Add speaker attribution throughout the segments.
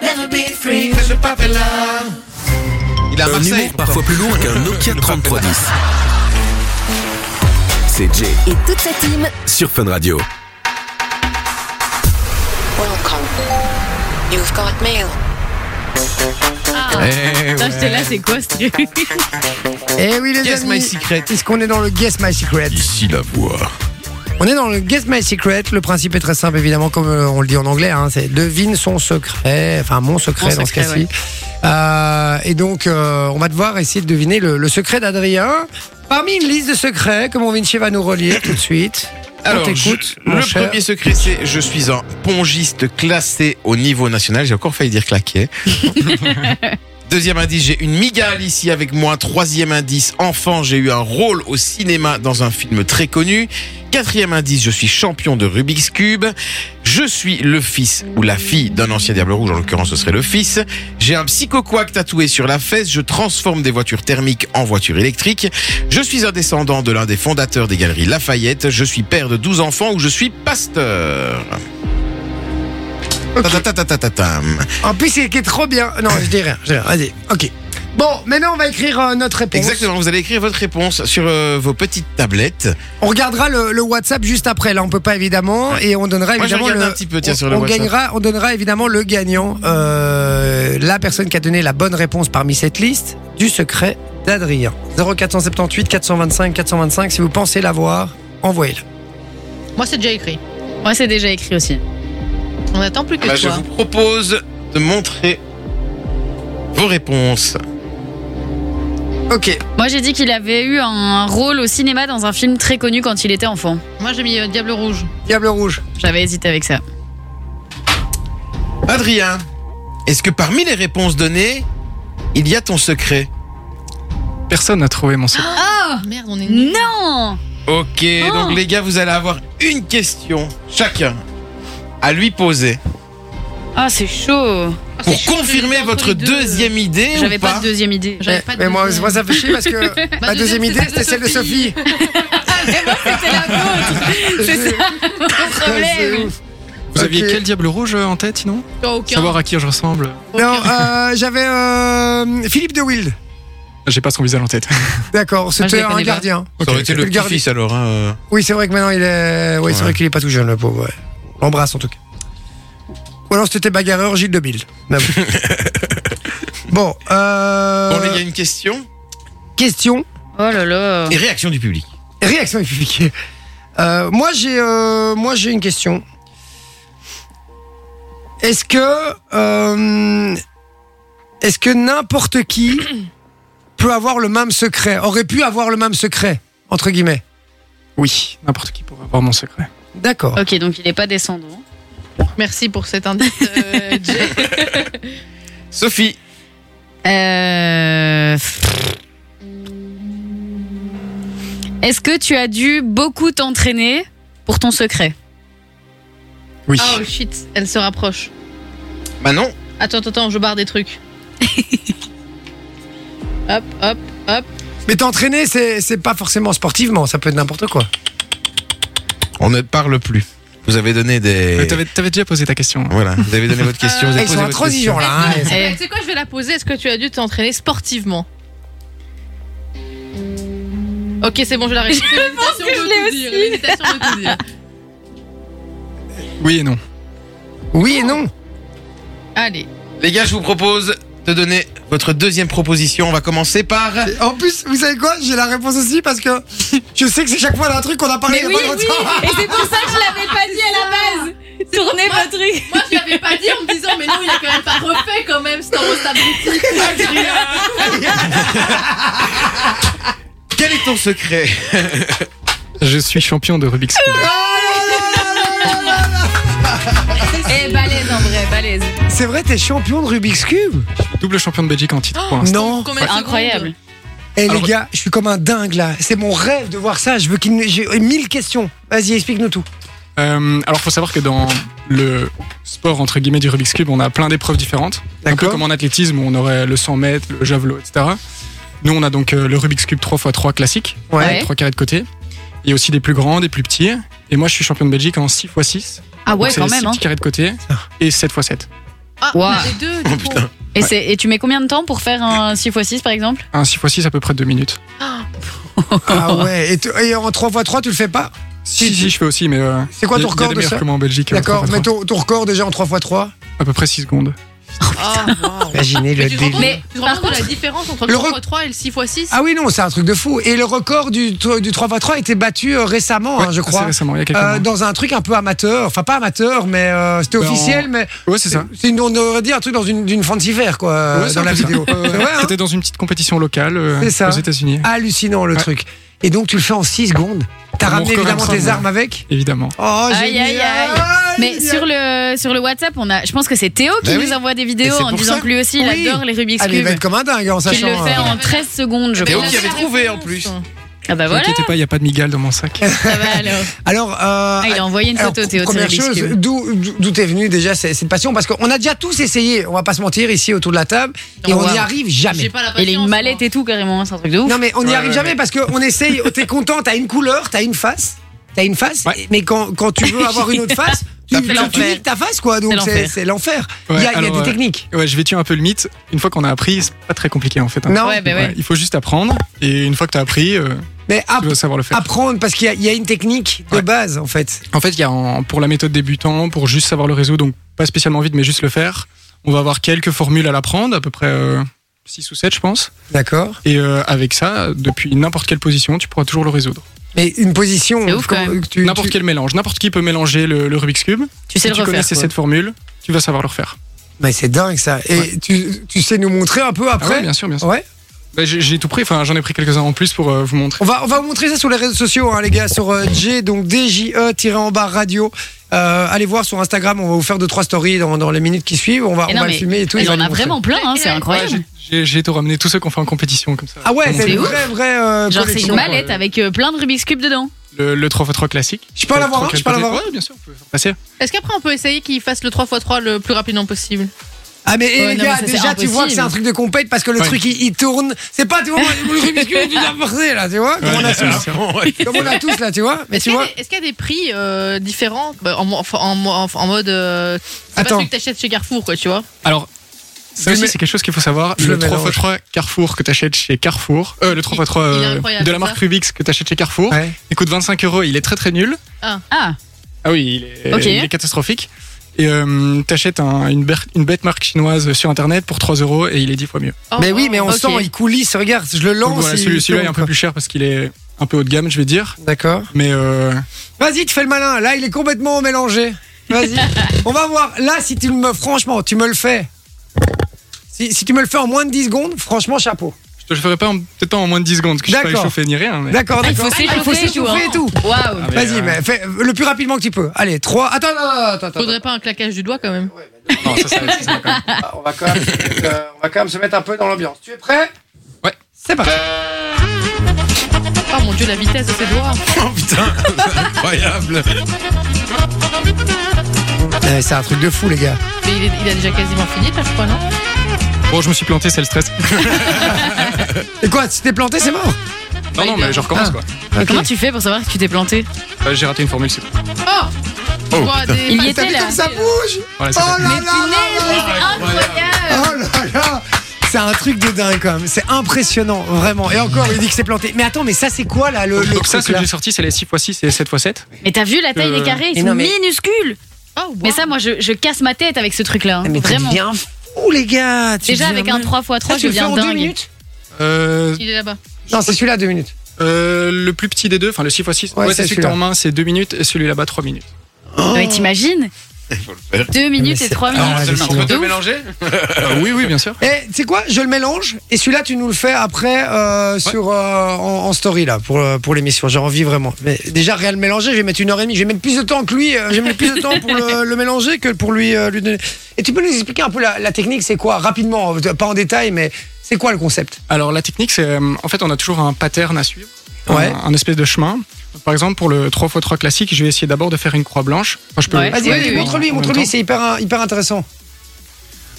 Speaker 1: never be free.
Speaker 2: Ah
Speaker 1: Mais je pas fait là. Il a
Speaker 3: Euh,
Speaker 4: Un
Speaker 1: Marseille.
Speaker 4: humour parfois plus lourd qu'un Nokia 3310. C'est Jay
Speaker 5: et toute sa team.
Speaker 4: sur Fun Radio.
Speaker 6: Welcome. You've got mail.
Speaker 7: Ah, Putain, j'étais là, c'est quoi ce truc
Speaker 3: Eh oui, les
Speaker 1: Guess
Speaker 3: amis.
Speaker 1: my secret.
Speaker 3: Est-ce qu'on est dans le Guess My Secret
Speaker 4: Ici la voix.
Speaker 3: On est dans le Guess My Secret. Le principe est très simple, évidemment, comme euh, on le dit en anglais. hein, c'est devine son secret, enfin mon secret
Speaker 7: Mon
Speaker 3: dans
Speaker 7: secret,
Speaker 3: ce cas-ci.
Speaker 7: ouais.
Speaker 3: Euh, et donc, euh, on va devoir essayer de deviner le, le secret d'Adrien parmi une liste de secrets que mon Vinci va nous relire tout de suite. on
Speaker 1: Alors,
Speaker 3: t'écoute,
Speaker 1: je-
Speaker 3: mon
Speaker 1: le
Speaker 3: cher.
Speaker 1: premier secret, c'est je suis un pongiste classé au niveau national. J'ai encore failli dire claqué. Deuxième indice, j'ai une migale ici avec moi. Troisième indice, enfant, j'ai eu un rôle au cinéma dans un film très connu. Quatrième indice, je suis champion de Rubik's Cube. Je suis le fils ou la fille d'un ancien Diable Rouge, en l'occurrence ce serait le fils. J'ai un psychoquac tatoué sur la fesse. Je transforme des voitures thermiques en voitures électriques. Je suis un descendant de l'un des fondateurs des galeries Lafayette. Je suis père de 12 enfants ou je suis pasteur. Ta-ta-ta-ta-ta-tam.
Speaker 3: En plus, il est trop bien. Non, je dis rien. je dis rien. Vas-y, ok. Bon, maintenant, on va écrire euh, notre réponse.
Speaker 1: Exactement, vous allez écrire votre réponse sur euh, vos petites tablettes.
Speaker 3: On regardera le, le WhatsApp juste après. Là, on peut pas évidemment, et on donnera
Speaker 1: Moi, je
Speaker 3: évidemment
Speaker 1: regarde
Speaker 3: le.
Speaker 1: un petit peu, tiens,
Speaker 3: on,
Speaker 1: sur le
Speaker 3: on
Speaker 1: WhatsApp.
Speaker 3: gagnera, on donnera évidemment le gagnant, euh, la personne qui a donné la bonne réponse parmi cette liste du secret d'Adrien. 0478 425 425. Si vous pensez l'avoir, envoyez-le.
Speaker 2: Moi, c'est déjà écrit.
Speaker 7: Moi, c'est déjà écrit aussi.
Speaker 2: On attend plus que
Speaker 1: Bah, je
Speaker 2: toi.
Speaker 1: vous propose de montrer vos réponses.
Speaker 3: Ok.
Speaker 7: Moi, j'ai dit qu'il avait eu un rôle au cinéma dans un film très connu quand il était enfant.
Speaker 2: Moi, j'ai mis euh, Diable Rouge.
Speaker 3: Diable rouge.
Speaker 7: J'avais hésité avec ça.
Speaker 1: Adrien, est-ce que parmi les réponses données, il y a ton secret
Speaker 8: Personne n'a trouvé mon secret.
Speaker 7: Oh
Speaker 2: Merde, on est nuls.
Speaker 7: Non
Speaker 1: Ok,
Speaker 7: Oh.
Speaker 1: donc les gars, vous allez avoir une question chacun à lui poser
Speaker 7: Ah, c'est chaud
Speaker 2: Ah, c'est
Speaker 1: pour
Speaker 2: chaud,
Speaker 1: confirmer
Speaker 2: j'étais entre
Speaker 1: votre
Speaker 2: les deux.
Speaker 1: deuxième idée
Speaker 7: J'avais
Speaker 1: ou
Speaker 7: pas
Speaker 1: pas.
Speaker 7: de deuxième idée.
Speaker 2: J'avais
Speaker 3: Mais,
Speaker 2: pas de
Speaker 3: mais moi,
Speaker 2: deuxième.
Speaker 3: moi, ça fait chier parce que ma
Speaker 2: Ma
Speaker 3: deuxième
Speaker 2: deuxième,
Speaker 3: idée,
Speaker 2: c'était
Speaker 3: c'était celle de Sophie.
Speaker 7: C'est ça mon problème
Speaker 8: Vous aviez
Speaker 3: Ok.
Speaker 8: quel diable rouge euh, en tête, sinon
Speaker 2: Oh, aucun.
Speaker 8: Savoir à qui je ressemble.
Speaker 3: Non, euh, j'avais euh, Philippe de Wilde.
Speaker 8: J'ai pas son visage en tête.
Speaker 3: D'accord,
Speaker 7: Ah, je
Speaker 3: c'était
Speaker 7: les
Speaker 3: un
Speaker 7: connais pas.
Speaker 3: gardien.
Speaker 1: Ça aurait été
Speaker 3: C'était
Speaker 1: le petit-fils alors. hein, euh.
Speaker 3: Oui, c'est vrai que maintenant il est. Oui, c'est
Speaker 1: Ouais.
Speaker 3: vrai qu'il est pas tout jeune, le pauvre. Ouais. On L'embrasse en tout cas. Ou alors c'était bagarreur Gilles de Bilde. Non. bon, euh,
Speaker 1: Bon, les gars, une question
Speaker 3: question,
Speaker 7: Oh là là
Speaker 1: et réaction du public.
Speaker 3: réaction du public. Euh, moi j'ai, euh, moi j'ai une question. Est-ce que, euh, est-ce que n'importe qui peut avoir le même secret, aurait pu avoir le même secret entre guillemets
Speaker 8: Oui, n'importe qui pourrait avoir mon secret.
Speaker 3: D'accord.
Speaker 7: Ok, donc il est pas descendant.
Speaker 2: Merci pour cet indice, euh, Jay.
Speaker 1: Sophie,
Speaker 7: Euh... pff. Est-ce que tu as dû beaucoup t'entraîner pour ton secret
Speaker 8: Oui.
Speaker 2: Oh shit, elle se rapproche.
Speaker 1: Manon,
Speaker 2: Attends, attends, attends, je barre des trucs. hop, hop, hop.
Speaker 3: Mais t'entraîner, c'est c'est pas forcément sportivement, ça peut être n'importe quoi.
Speaker 1: on ne parle plus. Vous avez donné des.
Speaker 8: Mais Euh, T'avais t'avais déjà posé ta question.
Speaker 1: Voilà, vous avez donné votre question. vous
Speaker 3: Ah,
Speaker 1: avez
Speaker 3: Ils sont
Speaker 1: posé votre
Speaker 3: intransigeants là. hein.
Speaker 2: Est-ce que- Eh, Tu sais quoi, je vais la poser. Est-ce que tu as dû t'entraîner sportivement Ok, c'est bon, je la réussis. Je pense que
Speaker 7: je l'ai
Speaker 8: Oui et non.
Speaker 3: Oui et non.
Speaker 2: Allez.
Speaker 1: Les gars, je vous propose de donner votre deuxième proposition. On va commencer par.
Speaker 3: En plus, vous savez quoi J'ai la réponse aussi parce que je sais que c'est chaque fois d'un truc qu'on a parlé il y a pas longtemps.
Speaker 7: Et c'est pour ça que je l'avais pas dit à la base Tournez votre truc
Speaker 2: Moi, je l'avais pas dit en me disant, mais non, il a quand même pas refait quand même Star Wars
Speaker 1: Quel est ton secret
Speaker 8: Je suis champion de Rubik's Cube.
Speaker 7: Eh, balèze en vrai, balèze
Speaker 3: C'est vrai, t'es champion de Rubik's Cube
Speaker 8: Double champion de Belgique en titre pour l'instant.
Speaker 3: Non.
Speaker 7: Bah,
Speaker 2: Combien de secondes
Speaker 7: Incroyable
Speaker 3: Eh
Speaker 8: Alors-
Speaker 3: les gars, je suis comme un dingue là. C'est mon rêve de voir ça. Je veux qu'il. J'ai mille questions. Vas-y, explique-nous tout.
Speaker 8: Euh, alors, faut savoir que dans le sport entre guillemets du Rubik's Cube, on a plein d'épreuves différentes. Un peu
Speaker 3: D'accord.
Speaker 8: comme en athlétisme où on aurait le 100 mètres, le javelot, etc. Nous, on a donc euh, le Rubik's Cube 3x3 classique,
Speaker 3: Ouais.
Speaker 8: avec trois carrés de côté. Il y a aussi des plus grands, des plus petits. Et moi, je suis champion de Belgique en 6x6.
Speaker 7: Ah ouais,
Speaker 8: Donc, c'est
Speaker 7: quand
Speaker 8: six
Speaker 7: même hein.
Speaker 8: petits carrés de côté et 7 x 7.
Speaker 2: Ah,
Speaker 7: Wow.
Speaker 2: les deux,
Speaker 3: Oh,
Speaker 2: du coup.
Speaker 7: Et, c'est- et tu mets combien de temps pour faire un 6x6 par exemple
Speaker 8: Un 6 x 6 à peu près 2 minutes.
Speaker 3: Ah ouais. Et, tu- et en 3x3, tu le fais pas
Speaker 8: Si, si, je fais aussi, mais. euh,
Speaker 3: C'est quoi
Speaker 8: il y
Speaker 3: ton
Speaker 8: a-
Speaker 3: record
Speaker 8: Il y a
Speaker 3: de
Speaker 8: des
Speaker 3: ça
Speaker 8: meilleurs que moi en Belgique. euh,
Speaker 3: D'accord,
Speaker 8: trois fois
Speaker 3: mais
Speaker 8: trois.
Speaker 3: ton, ton record déjà en 3x3
Speaker 8: À peu près 6 secondes.
Speaker 2: Ah, waouh.
Speaker 3: Imaginez
Speaker 2: Mais tu te rends compte-
Speaker 7: délire.
Speaker 2: tu te rends
Speaker 7: Par
Speaker 2: compte de
Speaker 7: contre-
Speaker 2: la différence entre
Speaker 3: Le
Speaker 2: le
Speaker 3: re-
Speaker 2: 3 et le 6x6
Speaker 3: Ah oui, non, c'est un truc de fou. Et le record du, du 3x3 a été battu euh, récemment, hein,
Speaker 8: Ouais,
Speaker 3: je
Speaker 8: assez
Speaker 3: crois.
Speaker 8: récemment, il y a quelques
Speaker 3: Euh,
Speaker 8: mois.
Speaker 3: dans un truc un peu amateur, enfin pas amateur, mais euh, c'était
Speaker 8: Ben,
Speaker 3: officiel, mais
Speaker 8: Ouais, c'est ça.
Speaker 3: c'est une, on aurait dit un truc dans une, d'une fancifère quoi, euh,
Speaker 8: Ouais, c'est
Speaker 3: dans
Speaker 8: un
Speaker 3: la
Speaker 8: peu ça.
Speaker 3: vidéo.
Speaker 8: Ouais, ouais.
Speaker 3: C'est vrai, hein
Speaker 8: C'était dans une petite compétition locale euh,
Speaker 3: C'est ça.
Speaker 8: aux États-Unis,
Speaker 3: Hallucinant le
Speaker 8: Ouais.
Speaker 3: truc. Et donc tu le fais en 6 secondes. T'as
Speaker 8: Mon
Speaker 3: ramené
Speaker 8: record
Speaker 3: évidemment
Speaker 8: interne,
Speaker 3: tes
Speaker 8: ouais.
Speaker 3: armes avec
Speaker 8: évidemment.
Speaker 3: Oh,
Speaker 7: Aïe,
Speaker 3: génial.
Speaker 7: aïe, aïe.
Speaker 3: Ah,
Speaker 7: Mais
Speaker 3: génial.
Speaker 7: sur le, sur le WhatsApp, on a, je pense que c'est Théo qui
Speaker 1: Bah
Speaker 7: nous
Speaker 1: oui.
Speaker 7: envoie des
Speaker 1: Et
Speaker 7: vidéos
Speaker 1: c'est
Speaker 7: en
Speaker 1: pour
Speaker 7: disant
Speaker 1: ça.
Speaker 7: que lui aussi il
Speaker 3: Oui.
Speaker 7: adore les Rubik's
Speaker 3: Ah, mais il
Speaker 7: Cube.
Speaker 3: va être comme un dingue en
Speaker 7: Qu'il
Speaker 3: sachant.
Speaker 7: le fait
Speaker 3: euh,
Speaker 7: en 13 secondes, je
Speaker 1: Théo
Speaker 7: pense.
Speaker 1: qui avait trouvé en plus.
Speaker 7: Ah bah
Speaker 8: Ne
Speaker 7: voilà,
Speaker 8: t'inquiétez pas, il n'y a pas de migale dans mon sac.
Speaker 7: ça va alors.
Speaker 3: Alors, euh,
Speaker 7: Ah, il a envoyé une
Speaker 3: Alors,
Speaker 7: photo, Théo, de ses
Speaker 3: première
Speaker 7: Rubik's
Speaker 3: chose, euh,
Speaker 7: Cube.
Speaker 3: d'où d'où- d'où t'es venu déjà cette, cette passion Parce qu'on a déjà tous essayé, on va pas se mentir, ici autour de la table, et
Speaker 7: Oh,
Speaker 3: on n'y
Speaker 7: wow.
Speaker 3: arrive jamais.
Speaker 2: J'ai pas la
Speaker 7: Il a
Speaker 2: patience, hein.
Speaker 7: une mallette
Speaker 2: moi.
Speaker 7: et tout carrément, hein, c'est un truc de ouf.
Speaker 3: Non mais on n'y
Speaker 8: Ouais,
Speaker 3: arrive
Speaker 8: ouais,
Speaker 3: jamais
Speaker 8: ouais.
Speaker 3: parce qu'on essaye, oh, t'es content, t'as une couleur, t'as une face, t'as une face,
Speaker 8: Ouais.
Speaker 3: mais quand, quand tu veux avoir une autre face, tu,
Speaker 7: T'as
Speaker 3: tu,
Speaker 7: plus
Speaker 3: tu
Speaker 7: l'enfer.
Speaker 3: niques ta face quoi, donc
Speaker 7: C'est
Speaker 3: c'est
Speaker 7: l'enfer.
Speaker 3: c'est l'enfer. Il
Speaker 8: Ouais,
Speaker 3: y a, il y a
Speaker 8: alors,
Speaker 3: des
Speaker 8: euh,
Speaker 3: techniques.
Speaker 8: Ouais, je vais tuer un peu le mythe. Une fois qu'on a appris, c'est pas très compliqué en fait. hein.
Speaker 3: Non,
Speaker 7: ouais, bah
Speaker 8: Ouais,
Speaker 7: ouais.
Speaker 8: il faut juste apprendre. Et une fois que tu as appris, euh,
Speaker 3: mais app-
Speaker 8: tu vas savoir le faire.
Speaker 3: apprendre parce qu'il y, a- il y a une technique de
Speaker 8: Ouais.
Speaker 3: base en fait.
Speaker 8: En fait, il y a en- pour la méthode débutant, pour juste savoir le réseau, donc pas spécialement vite, mais juste le faire. On va avoir quelques formules à l'apprendre, à peu près 6 ou 7, je pense.
Speaker 3: D'accord.
Speaker 8: Et euh, avec ça, depuis n'importe quelle position, tu pourras toujours le résoudre.
Speaker 3: Mais une position,
Speaker 7: C'est ouf, quand
Speaker 3: comment-
Speaker 7: même.
Speaker 3: tu-
Speaker 8: N'importe
Speaker 3: tu-
Speaker 8: quel mélange, n'importe qui peut mélanger le, le Rubik's Cube.
Speaker 7: Tu
Speaker 8: si
Speaker 7: sais le
Speaker 8: tu
Speaker 7: refaire.
Speaker 8: connais ces
Speaker 7: quoi.
Speaker 8: cette formule, tu vas savoir le refaire.
Speaker 3: Mais c'est dingue ça. Et tu, tu sais nous montrer un peu
Speaker 8: Ah ouais,
Speaker 3: après
Speaker 8: bien sûr, bien sûr.
Speaker 3: Ouais.
Speaker 8: Bah, j'ai j'ai tout pris, enfin j'en ai pris quelques-uns en plus pour euh, vous montrer.
Speaker 3: On va, on va vous montrer ça sur les réseaux sociaux, hein, les gars, sur euh, J, donc DJE-en-bas radio. Euh, allez voir sur Instagram, on va vous faire deux trois stories dans, dans les minutes qui suivent. On va,
Speaker 7: Et
Speaker 3: on
Speaker 7: non,
Speaker 3: va le
Speaker 7: mais
Speaker 3: filmer et tout.
Speaker 7: Il
Speaker 3: il va
Speaker 7: en
Speaker 3: nous
Speaker 7: a
Speaker 3: montrer.
Speaker 7: vraiment plein, hein, c'est
Speaker 8: Ouais,
Speaker 7: incroyable.
Speaker 8: j'ai- j'ai j'ai tout ramené, tous ceux qu'on fait en compétition comme ça.
Speaker 3: Ah ouais, c'est
Speaker 7: C'est
Speaker 3: une
Speaker 7: ouf.
Speaker 3: vraie, vraie euh,
Speaker 7: Genre c'est une
Speaker 3: collection.
Speaker 7: mallette avec euh, plein de Rubik's Cube dedans.
Speaker 8: Le, le 3x3 classique.
Speaker 3: Je peux en avoir un,
Speaker 8: Lequel
Speaker 3: je peux en
Speaker 8: peut-être-
Speaker 3: avoir un.
Speaker 8: Ouais, bien sûr, on peut faire passer.
Speaker 2: Est-ce qu'après on peut essayer qu'il fasse le 3x3 le plus rapidement possible
Speaker 3: Ah, mais eh,
Speaker 7: Ouais,
Speaker 3: les
Speaker 7: non,
Speaker 3: gars,
Speaker 7: mais ça, c'est
Speaker 3: déjà, tu vois que c'est un
Speaker 7: impossible.
Speaker 3: truc de compète parce que le
Speaker 8: Ouais.
Speaker 3: truc il, il tourne. C'est pas, tu vois, le Rubik's Cube, tu l'as forcé là, tu vois, comme,
Speaker 8: Ouais,
Speaker 3: on a
Speaker 8: c'est
Speaker 3: tous,
Speaker 8: ça.
Speaker 3: comme on a tous là, tu vois. Mais
Speaker 2: Est-ce
Speaker 3: tu
Speaker 2: qu'il y, a
Speaker 3: vois,
Speaker 2: des- est-ce qu'il y a des prix euh, différents bah, en, mo- enfin, en, mo- en, en mode. euh, c'est pas
Speaker 3: Attends.
Speaker 2: celui que t'achètes chez Carrefour, quoi, tu vois.
Speaker 8: Alors, ça
Speaker 3: Je
Speaker 8: aussi,
Speaker 3: mets-
Speaker 8: c'est quelque chose qu'il faut savoir.
Speaker 3: Je
Speaker 8: le
Speaker 3: le mélange.
Speaker 8: 3x3 Carrefour que t'achètes chez Carrefour, euh, le 3x3
Speaker 2: Il- il est
Speaker 8: euh,
Speaker 2: incroyable,
Speaker 8: de
Speaker 2: ça.
Speaker 8: la marque Rubix que t'achètes chez Carrefour,
Speaker 3: Ouais.
Speaker 8: il coûte 25 euros, il est très très nul.
Speaker 7: Ah,
Speaker 8: Ah oui, il est,
Speaker 7: Ok.
Speaker 8: il est catastrophique. Et euh, t'achètes un- une, ber- une bête marque chinoise sur internet pour 3 euros et il est 10 fois mieux.
Speaker 2: Oh,
Speaker 3: mais oui,
Speaker 2: oh,
Speaker 3: mais on
Speaker 2: ok.
Speaker 3: sent, il coulisse, regarde, je le
Speaker 8: Donc
Speaker 3: lance.
Speaker 8: voilà,
Speaker 3: il
Speaker 8: celui- celui-là est un peu
Speaker 3: tourne,
Speaker 8: plus cher parce qu'il est un peu haut de gamme, je vais dire.
Speaker 3: quoi. D'accord.
Speaker 8: Mais euh,
Speaker 3: Vas-y, tu fais le malin. Là, il est complètement mélangé. Vas-y. On va voir. Là, si tu me. Franchement, tu me le fais. Si, si tu me le fais en moins de 10 secondes, franchement, chapeau.
Speaker 8: je te le ferai pas en- peut-être pas en moins de 10 secondes, parce que je suis pas
Speaker 3: D'accord.
Speaker 8: échauffé ni rien. mais-
Speaker 3: D'accord,
Speaker 7: il
Speaker 3: d'accord.
Speaker 7: faut
Speaker 3: Ah, il faut
Speaker 7: s'échauffer et tout.
Speaker 3: s'échauffer
Speaker 7: hein.
Speaker 3: et tout.
Speaker 7: Waouh.
Speaker 8: Ah, mais,
Speaker 3: Vas-y,
Speaker 8: euh,
Speaker 3: mais fais le plus rapidement que tu peux. Allez, 3. Attends, attends, attends, attends,
Speaker 2: Faudrait pas un claquage du doigt quand même.
Speaker 8: non, ça, ça- ça- ça-
Speaker 3: attends. On, va quand même, se mettre, euh, on va quand même se mettre un peu dans l'ambiance. Tu es prêt
Speaker 8: Ouais.
Speaker 3: C'est parti.
Speaker 2: Oh mon dieu, la vitesse de ses doigts.
Speaker 1: Oh putain, c'est incroyable.
Speaker 3: Eh, C'est un truc de fou, les gars.
Speaker 2: Mais il, est- il a déjà quasiment fini, là, je crois, non
Speaker 8: Bon, je me suis planté, c'est le stress.
Speaker 3: Et quoi, si t'es planté, c'est mort
Speaker 8: Non, non, mais je
Speaker 3: ah.
Speaker 8: recommence quoi.
Speaker 7: Mais
Speaker 3: Ok.
Speaker 7: Comment tu fais pour savoir que tu t'es planté
Speaker 8: Euh, J'ai raté une formule, c'est tout.
Speaker 2: Oh, Je vois des-
Speaker 7: Il y
Speaker 3: T'as
Speaker 7: était
Speaker 3: vu
Speaker 7: là.
Speaker 3: comme ça bouge
Speaker 8: Voilà,
Speaker 3: Oh
Speaker 8: c'est
Speaker 3: là
Speaker 8: fait.
Speaker 3: là là là Oh là là C'est un truc de dingue quand même, c'est impressionnant vraiment. Et encore, il dit que c'est planté. Mais attends, mais ça c'est quoi là le, le
Speaker 8: Donc ça,
Speaker 3: truc
Speaker 8: ce que
Speaker 3: là
Speaker 8: j'ai sorti, c'est les 6x6 et 7x7.
Speaker 7: Mais t'as vu la taille
Speaker 8: Euh,
Speaker 7: des carrés
Speaker 3: mais
Speaker 7: Ils sont
Speaker 3: non, mais-
Speaker 7: minuscules.
Speaker 2: oh, wow.
Speaker 7: Mais ça, moi, je, je casse ma tête avec ce truc-là. hein.
Speaker 3: Ah, Mais t'es
Speaker 7: Vraiment.
Speaker 3: bien fou les gars. tu
Speaker 7: Déjà
Speaker 3: deviens
Speaker 7: avec un
Speaker 3: dingue.
Speaker 7: 3x3,
Speaker 3: Ça,
Speaker 7: je
Speaker 3: tu le fais
Speaker 7: deviens
Speaker 3: en deux
Speaker 7: dingue.
Speaker 3: minutes
Speaker 8: Euh,
Speaker 2: il est là-bas.
Speaker 3: Non, c'est celui-là deux minutes.
Speaker 8: euh, le plus petit des deux, enfin le 6x6,
Speaker 3: Ouais,
Speaker 8: ouais,
Speaker 3: c'est
Speaker 8: c'est celui que t'as
Speaker 3: celui-là.
Speaker 8: en main, c'est 2 minutes et celui là-bas 3 minutes.
Speaker 7: Non, Mais t'imagines
Speaker 1: faire.
Speaker 7: 2 minutes
Speaker 3: c'est-
Speaker 7: et 3
Speaker 3: Ah,
Speaker 7: minutes.
Speaker 3: ouais,
Speaker 7: C'est un
Speaker 3: c'est
Speaker 7: truc de ouf.
Speaker 8: mélanger Euh, Oui, oui, bien sûr.
Speaker 3: Eh, tu sais quoi Je le mélange et celui-là tu nous le fais après euh, sur euh, en, en story là pour euh, pour l'émission. J'ai envie vraiment. Mais déjà rien le mélanger, je vais mettre une heure et demie. Je vais mettre plus de temps que lui. euh, je vais mettre plus de temps pour le, le mélanger que pour lui euh, lui donner. Et tu peux nous expliquer un peu la, la technique, c'est quoi rapidement, euh, pas en détail, mais c'est quoi le concept
Speaker 8: Alors la technique, c'est euh, en fait, on a toujours un pattern à suivre, un-
Speaker 3: Ouais.
Speaker 8: un, espèce de chemin. Donc, Par exemple, pour le 3x3 classique, je vais essayer d'abord de faire une croix blanche. Enfin, je peux-
Speaker 7: Ouais.
Speaker 3: Vas-y,
Speaker 7: Oui,
Speaker 3: vas-y,
Speaker 7: oui, oui.
Speaker 3: montre-lui,
Speaker 8: en même
Speaker 3: montre-lui,
Speaker 8: temps.
Speaker 3: c'est hyper, hyper intéressant.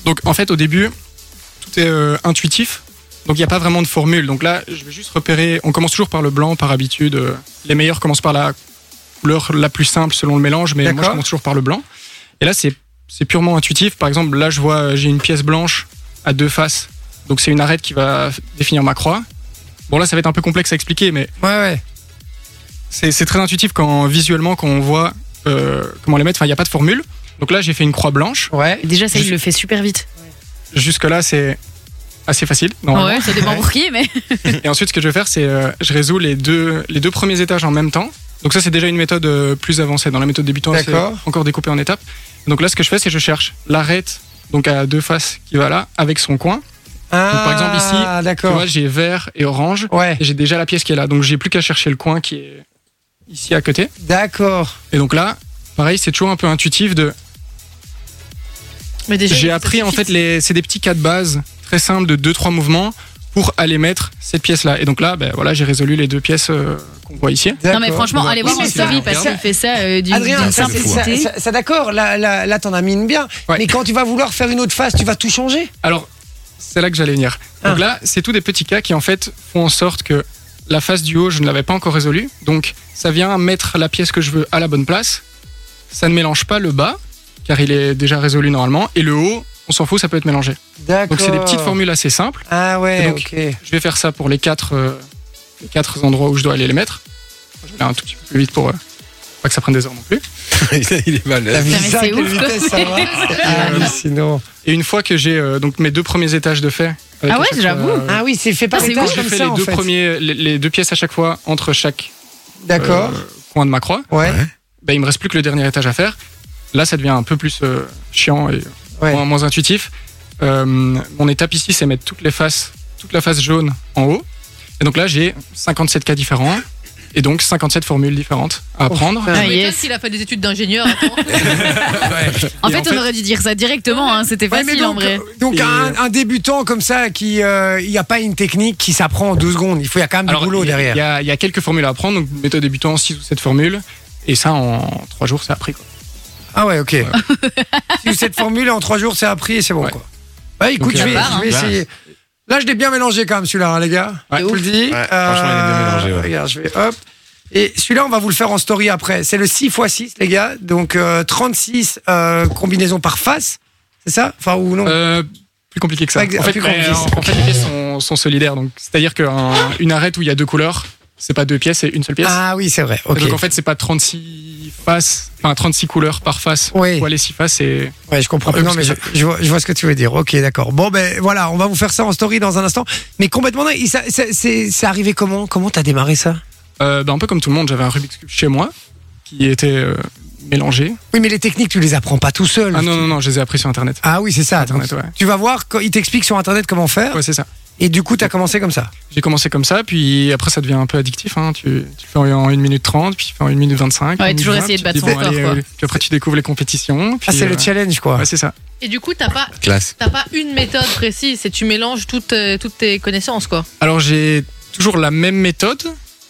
Speaker 8: Donc en fait, au début, tout est euh, intuitif. Donc il n'y a pas vraiment de formule. Donc là, je vais juste repérer. On commence toujours par le blanc par habitude. Euh, Les meilleurs commencent par la couleur la plus simple selon le mélange, mais moi
Speaker 3: D'accord.
Speaker 8: je commence toujours par le blanc. Et là, c'est c'est purement intuitif. Par exemple, là, je vois, euh, j'ai une pièce blanche à deux faces. Donc, c'est une arête qui va f- définir ma croix. Bon, là, ça va être un peu complexe à expliquer, mais
Speaker 3: Ouais, ouais.
Speaker 8: c'est c'est très intuitif quand visuellement, quand on voit euh, comment les mettre. Enfin, il n'y a pas de formule. Donc là, j'ai fait une croix blanche.
Speaker 3: Ouais.
Speaker 7: Déjà, ça, il le fait super vite.
Speaker 8: Jusque-là, c'est assez facile. normalement.
Speaker 7: Ouais, ça dépend pour qui, mais.
Speaker 8: Et ensuite, ce que je vais faire, c'est euh, je résous les deux, les deux premiers étages en même temps. Donc ça, c'est déjà une méthode euh, plus avancée. Dans la méthode débutant, c'est
Speaker 3: D'accord.
Speaker 8: encore découpé en étapes. Donc là, ce que je fais, c'est je cherche l'arête, donc à deux faces qui va là, avec son coin. par exemple, ici,
Speaker 3: Ah,
Speaker 8: Tu
Speaker 3: d'accord.
Speaker 8: vois, j'ai vert et orange.
Speaker 3: Ouais,
Speaker 8: Et j'ai déjà la pièce qui est là. Donc j'ai plus qu'à chercher le coin qui est ici à côté.
Speaker 3: d'accord.
Speaker 8: Et donc là, pareil, c'est toujours un peu intuitif de.
Speaker 2: Mais déjà,
Speaker 8: J'ai
Speaker 2: ça
Speaker 8: appris en
Speaker 2: suffit.
Speaker 8: fait les, c'est des petits cas de base très simples de deux trois mouvements pour aller mettre cette pièce là. Et donc là, ben voilà, j'ai résolu les deux pièces euh, qu'on voit ici.
Speaker 7: Non, mais
Speaker 3: d'accord.
Speaker 7: franchement,
Speaker 8: Oui,
Speaker 7: allez voir
Speaker 3: mais
Speaker 7: en
Speaker 3: ça,
Speaker 7: story parce
Speaker 3: regarde.
Speaker 7: qu'il fait ça euh, d'une
Speaker 3: Adrien,
Speaker 7: d'une
Speaker 3: ça, c'est- ça,
Speaker 7: simplicité.
Speaker 3: ça- ça, d'accord, là, là, là, t'en as mis une bien.
Speaker 8: Ouais.
Speaker 3: Mais quand tu vas vouloir faire une autre phase, tu vas tout changer.
Speaker 8: Alors, c'est là que j'allais venir.
Speaker 3: Ah.
Speaker 8: Donc là, c'est tous des petits cas qui en fait font en sorte que la face du haut, je ne l'avais pas encore résolue. Donc ça vient mettre la pièce que je veux à la bonne place. Ça ne mélange pas le bas, car il est déjà résolu normalement. Et le haut, on s'en fout, ça peut être mélangé.
Speaker 3: D'accord.
Speaker 8: Donc c'est des petites formules assez simples.
Speaker 3: Ah ouais,
Speaker 8: Et donc,
Speaker 3: ok.
Speaker 8: Je vais faire ça pour les quatre, euh, les quatre endroits où je dois aller les mettre. Je vais aller un tout petit peu plus vite pour euh, pas que ça prenne des heures non plus.
Speaker 1: Il est
Speaker 3: T'as
Speaker 1: malade.
Speaker 3: vu
Speaker 7: mais
Speaker 3: ça,
Speaker 7: c'est
Speaker 3: quelle
Speaker 7: ouf, quoi.
Speaker 3: vitesse ça va
Speaker 8: Ah,
Speaker 3: Ah, C'est hallucinant.
Speaker 8: Et une fois que j'ai euh, donc mes deux premiers étages de fait. avec
Speaker 7: Ah
Speaker 8: à
Speaker 7: ouais,
Speaker 8: chaque
Speaker 7: j'avoue.
Speaker 8: fois, euh,
Speaker 3: Ah oui, c'est fait par
Speaker 7: Ah, c'est
Speaker 3: étages
Speaker 7: ouf.
Speaker 8: je
Speaker 3: comme
Speaker 8: fais
Speaker 3: ça,
Speaker 8: les
Speaker 3: en
Speaker 8: deux
Speaker 3: fait.
Speaker 8: premiers, les- les deux pièces à chaque fois entre chaque
Speaker 3: D'accord.
Speaker 8: euh, coin de ma croix.
Speaker 3: ouais,
Speaker 8: ben, il me reste plus que le dernier étage à faire. Là, ça devient un peu plus euh, chiant et
Speaker 3: ouais.
Speaker 8: moins, moins intuitif. Euh, mon étape ici, c'est mettre toutes les faces, toute la face jaune en haut. Et donc là, j'ai 57 cas différents et donc 57 formules différentes à apprendre.
Speaker 3: Oh, putain.
Speaker 7: Ah,
Speaker 2: Mais toi,
Speaker 7: yes.
Speaker 2: s'il a fait des études d'ingénieur, attends.
Speaker 7: En
Speaker 8: Et
Speaker 7: fait, on aurait dû dire ça directement, hein, c'était
Speaker 3: Ouais, mais
Speaker 7: facile en
Speaker 3: donc, euh,
Speaker 7: vrai.
Speaker 3: donc
Speaker 8: Et- euh,
Speaker 3: un, un débutant comme ça qui euh, il n'y a pas une technique qui s'apprend en deux secondes. Il faut il y a quand même du
Speaker 8: alors,
Speaker 3: boulot
Speaker 8: il y a-
Speaker 3: derrière.
Speaker 8: Il y, a, il y a quelques formules à apprendre, donc méthode débutant, 6 ou 7 formules. Et ça, en 3 jours, c'est appris. quoi.
Speaker 3: Ah ouais, ok. si vous- cette formule en trois jours c'est appris et c'est bon
Speaker 8: Ouais.
Speaker 3: quoi. Bah écoute,
Speaker 8: Donc,
Speaker 3: je
Speaker 8: euh,
Speaker 3: vais,
Speaker 7: ça part,
Speaker 3: je vais
Speaker 1: hein.
Speaker 3: essayer. Là, je l'ai bien mélangé quand même celui-là, hein, les gars.
Speaker 8: Ouais.
Speaker 3: Je vous le dis.
Speaker 1: Ouais, franchement, il est bien mélangé, ouais.
Speaker 3: Regarde, je vais hop. Et celui-là, on va vous le faire en story après. C'est le 6 x 6, les gars. Donc euh, 36 euh, combinaisons par face. C'est ça Enfin, ou non
Speaker 8: Euh, plus compliqué que ça.
Speaker 3: Pas exa-
Speaker 8: En fait,
Speaker 3: plus compliqué.
Speaker 8: euh, en- en fait, les pièces sont, sont solidaires. donc C'est-à-dire qu'une arête où il y a deux couleurs, c'est pas deux pièces, c'est une seule pièce.
Speaker 3: Ah oui, c'est vrai.
Speaker 8: Et
Speaker 3: Ok.
Speaker 8: Donc en fait, c'est pas 36 faces, enfin 36 couleurs par face.
Speaker 3: Oui.
Speaker 8: Pour aller 6 faces, c'est.
Speaker 3: Ouais, je comprends.
Speaker 8: Un peu
Speaker 3: Non,
Speaker 8: plus
Speaker 3: mais
Speaker 8: que
Speaker 3: je, je vois, je vois ce que tu veux dire. Ok, d'accord. Bon, ben voilà, on va vous faire ça en story dans un instant. Mais complètement dingue. Il- ça- ça- C'est c'est arrivé comment Comment t'as démarré ça
Speaker 8: Euh, ben, un peu comme tout le monde, j'avais un Rubik's Cube chez moi qui était euh, mélangé.
Speaker 3: Oui, mais les techniques, tu les apprends pas tout seul.
Speaker 8: Ah non, non, non, je les ai appris sur internet.
Speaker 3: Ah oui, c'est ça.
Speaker 8: Internet,
Speaker 3: Donc,
Speaker 8: ouais.
Speaker 3: Tu vas voir, quand- il t'explique sur Internet comment faire.
Speaker 8: Ouais, c'est ça.
Speaker 3: Et du coup, t'as commencé comme ça. Ah,
Speaker 8: J'ai commencé comme ça, puis après, ça devient un peu addictif. Hein. Tu, tu le fais en 1 minute 30, puis tu fais en 1 minute 25.
Speaker 7: Ouais,
Speaker 8: une minute
Speaker 7: toujours
Speaker 8: 20,
Speaker 7: essayer de
Speaker 8: tu
Speaker 7: battre
Speaker 8: dis,
Speaker 7: son record, quoi.
Speaker 8: euh, Puis après, tu découvres les compétitions.
Speaker 3: Ah,
Speaker 8: puis,
Speaker 3: c'est le
Speaker 8: euh,
Speaker 3: challenge, quoi.
Speaker 8: Ouais, c'est ça.
Speaker 2: Et du coup, t'as pas,
Speaker 1: Classe.
Speaker 2: t'as pas une méthode précise, c'est tu mélanges toutes, euh, toutes tes connaissances, quoi.
Speaker 8: Alors, j'ai toujours la même méthode,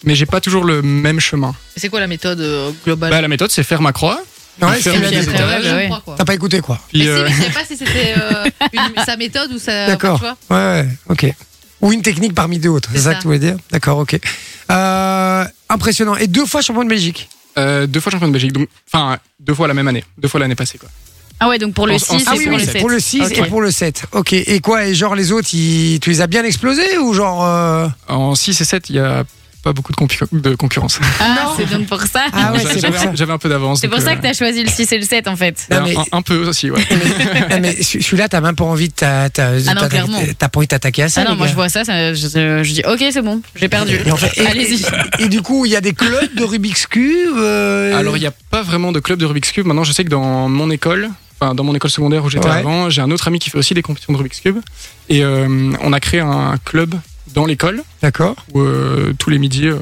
Speaker 8: mais j'ai pas toujours le même chemin.
Speaker 2: C'est quoi la méthode euh, globale
Speaker 8: Bah, la méthode, c'est faire ma croix.
Speaker 3: Ouais,
Speaker 8: faire
Speaker 3: c'est
Speaker 8: une
Speaker 3: la-
Speaker 2: Et puis
Speaker 8: pièce
Speaker 2: après,
Speaker 8: d'étage,
Speaker 2: ouais, je
Speaker 7: ouais.
Speaker 2: crois, quoi.
Speaker 3: T'as pas écouté, quoi.
Speaker 2: Mais
Speaker 8: Puis,
Speaker 2: si,
Speaker 8: euh,
Speaker 2: mais je sais pas si c'était euh, une- sa méthode ou sa.
Speaker 3: D'accord.
Speaker 2: tu vois.
Speaker 3: Ouais, ouais, ok. Ou une technique parmi d'autres. C'est
Speaker 2: C'est
Speaker 3: ça,
Speaker 2: ça.
Speaker 3: que tu voulais dire D'accord, ok. Euh, impressionnant. Et deux fois champion de Belgique.
Speaker 8: euh, deux fois champion de Belgique. Donc, enfin, deux fois la même année. Deux fois l'année passée, quoi.
Speaker 7: Ah ouais, donc pour le
Speaker 8: En- en
Speaker 7: 6
Speaker 8: six,
Speaker 7: et
Speaker 8: oui,
Speaker 7: pour
Speaker 8: oui,
Speaker 7: le
Speaker 8: c'est
Speaker 7: 7.
Speaker 3: pour le 6
Speaker 7: Ok.
Speaker 3: et pour le 7. Ok. Et quoi Et genre, les autres, ils- tu les as bien explosés ou genre. euh,
Speaker 8: En 6 et 7, il n'y a pas beaucoup de, concur- de concurrence.
Speaker 7: Ah, c'est donc pour ça.
Speaker 3: Ah ouais,
Speaker 8: J'a-
Speaker 3: c'est pour
Speaker 8: j'avais,
Speaker 3: ça.
Speaker 8: un- j'avais un peu d'avance.
Speaker 7: C'est
Speaker 8: donc,
Speaker 7: pour ça
Speaker 8: euh,
Speaker 7: que t'as choisi le 6 et le 7 en fait.
Speaker 3: Non,
Speaker 8: un-
Speaker 3: mais-
Speaker 8: un, un peu aussi, ouais.
Speaker 3: Ah, mais ce- celui-là, t'as même pas envie de t'a- t'a-
Speaker 7: Ah non,
Speaker 3: t'a-
Speaker 7: clairement.
Speaker 3: t'as pas envie de t'attaquer à ça.
Speaker 7: Ah non,
Speaker 3: les
Speaker 7: moi
Speaker 3: gars.
Speaker 7: je vois ça, ça- je, je- je dis ok, c'est bon, j'ai perdu.
Speaker 3: Et en fait- et-
Speaker 7: Allez-y.
Speaker 3: Et, du coup, il y a des clubs de Rubik's Cube. euh,
Speaker 8: Alors, il n'y a pas vraiment de club de Rubik's Cube. Maintenant, je sais que dans mon école, enfin, dans mon école secondaire où j'étais
Speaker 3: Ouais.
Speaker 8: avant, j'ai un autre ami qui fait aussi des compétitions de Rubik's Cube. Et euh, on a créé un club dans l'école
Speaker 3: D'accord.
Speaker 8: où euh, tous les midis, euh,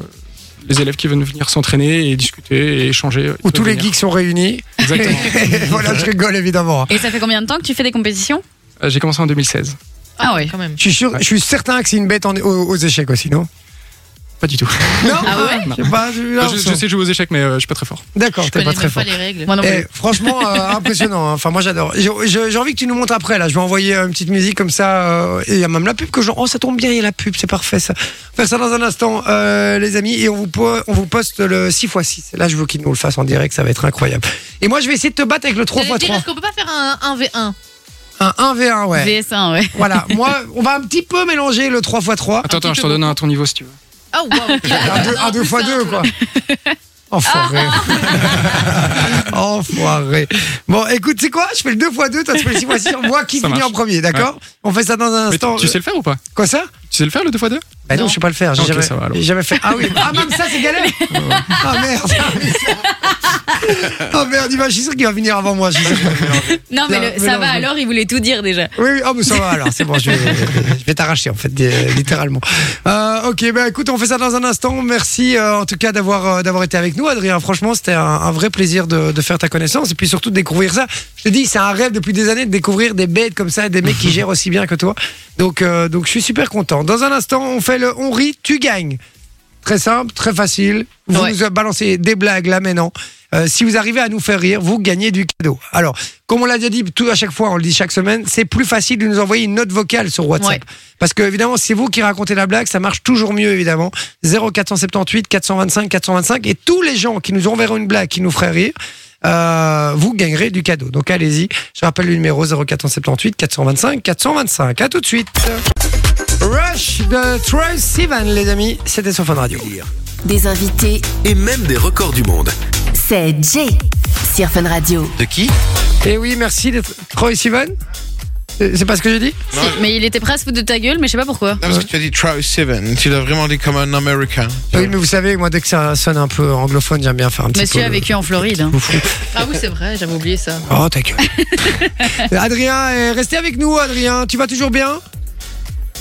Speaker 8: les élèves qui veulent venir s'entraîner et discuter et échanger. ils
Speaker 3: Où
Speaker 8: peuvent
Speaker 3: tous les
Speaker 8: venir.
Speaker 3: geeks sont réunis.
Speaker 8: Exactement.
Speaker 3: voilà, je rigole évidemment.
Speaker 7: Et ça fait combien de temps que tu fais des compétitions
Speaker 8: Euh, j'ai commencé en 2016.
Speaker 7: Ah ouais.
Speaker 2: Quand même.
Speaker 3: Je suis, sûr- je suis certain que c'est une bête en- aux, aux échecs aussi, non
Speaker 8: Pas du tout. Bah,
Speaker 3: Non
Speaker 7: Ah ouais
Speaker 3: Je sais pas, j'ai eu
Speaker 8: Je,
Speaker 3: l'impression.
Speaker 8: je sais jouer aux échecs, mais euh, je suis pas très fort.
Speaker 3: D'accord,
Speaker 2: Je
Speaker 3: Oh, t'es
Speaker 2: connais
Speaker 3: pas
Speaker 2: même
Speaker 3: très fort.
Speaker 2: pas les règles.
Speaker 7: Moi non
Speaker 3: Eh,
Speaker 7: plus.
Speaker 3: franchement, euh, impressionnant. hein. Enfin, moi j'adore. J'ai- J'ai j'ai envie que tu nous montres après. Là, je vais envoyer euh, une petite musique comme ça. euh, et il y a même la pub que je. Oh, ça tombe bien, il y a la pub, c'est parfait ça. On va Faire ça dans un instant, euh, les amis. Et on vous, po- on vous poste le 6x6. Là, je veux qu'ils nous le fassent en direct, ça va être incroyable. Et moi, je vais essayer de te battre avec le
Speaker 2: J'allais dire,
Speaker 3: 3x3.
Speaker 2: est-ce qu'on peut pas faire un 1v1
Speaker 3: Un 1v1, ouais.
Speaker 7: VS1, ouais.
Speaker 3: Voilà, moi, on va un petit peu mélanger le 3x3.
Speaker 8: Attends, attends, je t'en donne un à ton niveau si tu veux.
Speaker 2: Ah, waouh ok.
Speaker 3: Un 2
Speaker 2: Non, plus
Speaker 3: x
Speaker 2: un,
Speaker 3: 2
Speaker 2: là.
Speaker 3: quoi. Enfoiré. Enfoiré. Bon, écoute, c'est quoi Je fais le 2 x 2, toi tu fais le 6 x 6. Moi qui
Speaker 8: Ça
Speaker 3: finit
Speaker 8: marche.
Speaker 3: en premier, d'accord On fait ça dans un
Speaker 8: Mais tu,
Speaker 3: instant.
Speaker 8: tu sais le faire ou pas
Speaker 3: Quoi ça
Speaker 8: Tu sais le faire le 2x2
Speaker 3: Bah non,
Speaker 2: Non.
Speaker 3: je sais pas le faire. J'ai
Speaker 8: Ok, ça va,
Speaker 3: jamais,
Speaker 8: alors.
Speaker 3: j'ai jamais fait. Ah oui, ah même ça c'est galère. Ah merde. Ah merde, il va- je suis sûr qu'il va venir avant moi. je suis sûr.
Speaker 7: Non,
Speaker 3: Non,
Speaker 7: mais le-
Speaker 3: mais
Speaker 7: ça
Speaker 3: non,
Speaker 7: va
Speaker 3: je-
Speaker 7: alors, il voulait tout dire déjà.
Speaker 3: Oui, oui, oh, mais ça va alors, c'est bon, je vais, je vais t'arracher en fait, euh, littéralement. Euh, ok, bah écoute, on fait ça dans un instant. Merci euh, en tout cas d'avoir euh, d'avoir été avec nous, Adrien. Franchement, c'était un, un vrai plaisir de, de faire ta connaissance et puis surtout de découvrir ça. Je te dis, c'est un rêve depuis des années de découvrir des bêtes comme ça, des mecs qui gèrent aussi bien que toi. Donc, euh, donc je suis super content. Dans un instant, on fait le on rit, tu gagnes. Très simple, très facile. Vous
Speaker 2: Ouais.
Speaker 3: nous balancez des blagues là maintenant. Euh, si vous arrivez à nous faire rire, vous gagnez du cadeau. Alors, comme on l'a déjà dit tout à chaque fois, on le dit chaque semaine, c'est plus facile de nous envoyer une note vocale sur WhatsApp.
Speaker 7: Ouais.
Speaker 3: Parce que, évidemment, c'est vous qui racontez la blague, ça marche toujours mieux, évidemment. 0478 425 425. Et tous les gens qui nous enverront une blague qui nous ferait rire, euh, vous gagnerez du cadeau. Donc allez-y. Je rappelle le numéro 0478 425 425. À tout de suite. Rush de Troy Sivan, les amis. C'était sur Fun Radio.
Speaker 5: Des invités,
Speaker 4: Et même des records du monde.
Speaker 5: c'est Jay sur Fun Radio.
Speaker 1: De qui
Speaker 3: Et Eh oui, merci d'être Troy Sivan. Euh, C'est c'est pas ce que j'ai dit
Speaker 7: Si, Mais il était presque de ta gueule, mais je sais pas pourquoi.
Speaker 1: Non, parce que tu as dit Troy Sivan. Tu l'as vraiment dit comme un Américain.
Speaker 3: Oui, mais vous savez, moi, dès que ça sonne un peu anglophone, j'aime bien faire un petit
Speaker 7: Monsieur
Speaker 3: peu.
Speaker 7: a
Speaker 3: le-
Speaker 7: vécu en Floride. hein.
Speaker 2: Ah oui, c'est vrai, j'avais oublié ça.
Speaker 3: Oh, ta gueule. Adrien, eh, restez avec nous, Adrien. Tu vas toujours bien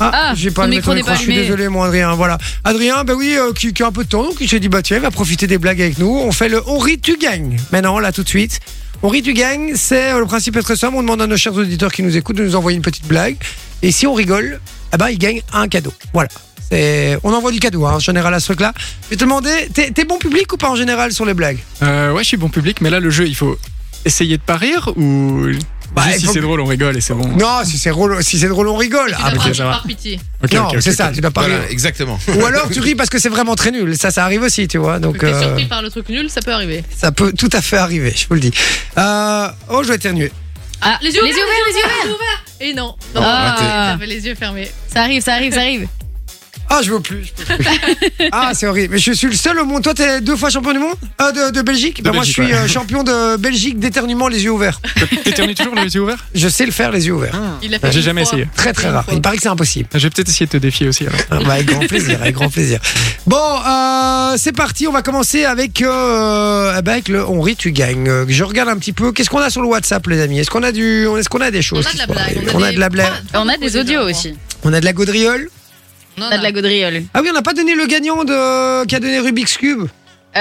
Speaker 7: Ah,
Speaker 3: j'ai
Speaker 7: ton
Speaker 3: allumé
Speaker 7: micro
Speaker 3: ton
Speaker 7: n'est pas
Speaker 3: Je suis
Speaker 7: allumé.
Speaker 3: désolé, moi, Adrien. Voilà. Adrien, ben oui, euh, qui, qui a un peu de temps, donc il s'est dit, bah tiens, il va profiter des blagues avec nous. On fait le on rit, tu gagnes. Maintenant, là, tout de suite. On rit, tu gagnes. C'est euh, le principe est très simple. On demande à nos chers auditeurs qui nous écoutent de nous envoyer une petite blague. Et si on rigole, eh ben, ils gagnent un cadeau. Voilà. C'est- On envoie du cadeau, hein, en général, à ce truc-là. Je vais te demander, t'es t'es bon public ou pas en général sur les blagues
Speaker 8: Euh, Ouais, je suis bon public, mais là, le jeu, il faut essayer de pas rire ou.
Speaker 3: Bah,
Speaker 8: Juste
Speaker 3: il
Speaker 8: si
Speaker 3: faut-
Speaker 8: c'est drôle, on rigole et c'est bon.
Speaker 3: Non, si c'est drôle, si c'est drôle, on rigole.
Speaker 2: Tu
Speaker 3: Ah, Après-
Speaker 2: devrais
Speaker 8: ça va.
Speaker 2: par pitié.
Speaker 8: Ok,
Speaker 3: non,
Speaker 8: ok, ok,
Speaker 3: c'est ça,
Speaker 8: ok.
Speaker 3: tu dois pas
Speaker 1: Voilà,
Speaker 3: rire.
Speaker 1: exactement.
Speaker 3: Ou alors tu ris parce que c'est vraiment très nul. Ça, ça arrive aussi, tu vois. Donc,
Speaker 2: T'es
Speaker 3: euh,
Speaker 2: surpris par le truc nul, ça peut arriver.
Speaker 3: ça peut tout à fait arriver, je vous le dis. Euh, oh, je vais éternuer.
Speaker 7: Ah,
Speaker 2: Les yeux ouverts,
Speaker 7: les yeux ouverts.
Speaker 2: Et non, non
Speaker 7: Ah,
Speaker 2: j'avais les yeux fermés.
Speaker 7: ça arrive, ça arrive, ça arrive.
Speaker 3: Ah, je veux plus. je peux plus. ah, c'est horrible. Mais je suis le seul au monde. Toi, t'es deux fois champion du monde Euh, de, de Belgique Ben, Moi, je
Speaker 8: Belgique,
Speaker 3: suis
Speaker 8: ouais.
Speaker 3: euh, champion de Belgique d'éternuement les yeux ouverts.
Speaker 8: T'éternues toujours les yeux ouverts
Speaker 3: Je sais le faire les yeux
Speaker 8: Ah,
Speaker 3: ouverts.
Speaker 7: Ah.
Speaker 2: Il l'a fait
Speaker 8: J'ai
Speaker 2: une
Speaker 8: jamais
Speaker 2: fois.
Speaker 8: essayé.
Speaker 3: Très, très
Speaker 2: Une
Speaker 3: rare.
Speaker 2: fois.
Speaker 3: Il paraît que c'est impossible.
Speaker 8: Je vais peut-être essayer de te défier aussi. alors.
Speaker 3: Ah, bah, avec grand plaisir, avec grand plaisir. Bon, euh, c'est parti. On va commencer avec, euh, eh ben, avec le on rit, tu gagnes. Euh, Je regarde un petit peu. Qu'est-ce qu'on a sur le WhatsApp, les amis Est-ce qu'on a du, est-ce qu'on a des
Speaker 2: On
Speaker 3: choses
Speaker 2: a de
Speaker 3: qui
Speaker 2: la
Speaker 3: sont
Speaker 2: blague.
Speaker 3: arrivées On a de hein. la blague.
Speaker 7: On a des audios aussi.
Speaker 3: On a de la gaudriole.
Speaker 2: On
Speaker 7: On
Speaker 2: a
Speaker 7: a de la gaudriole.
Speaker 3: Ah oui, on n'a pas donné le gagnant de qui a donné Rubik's cube.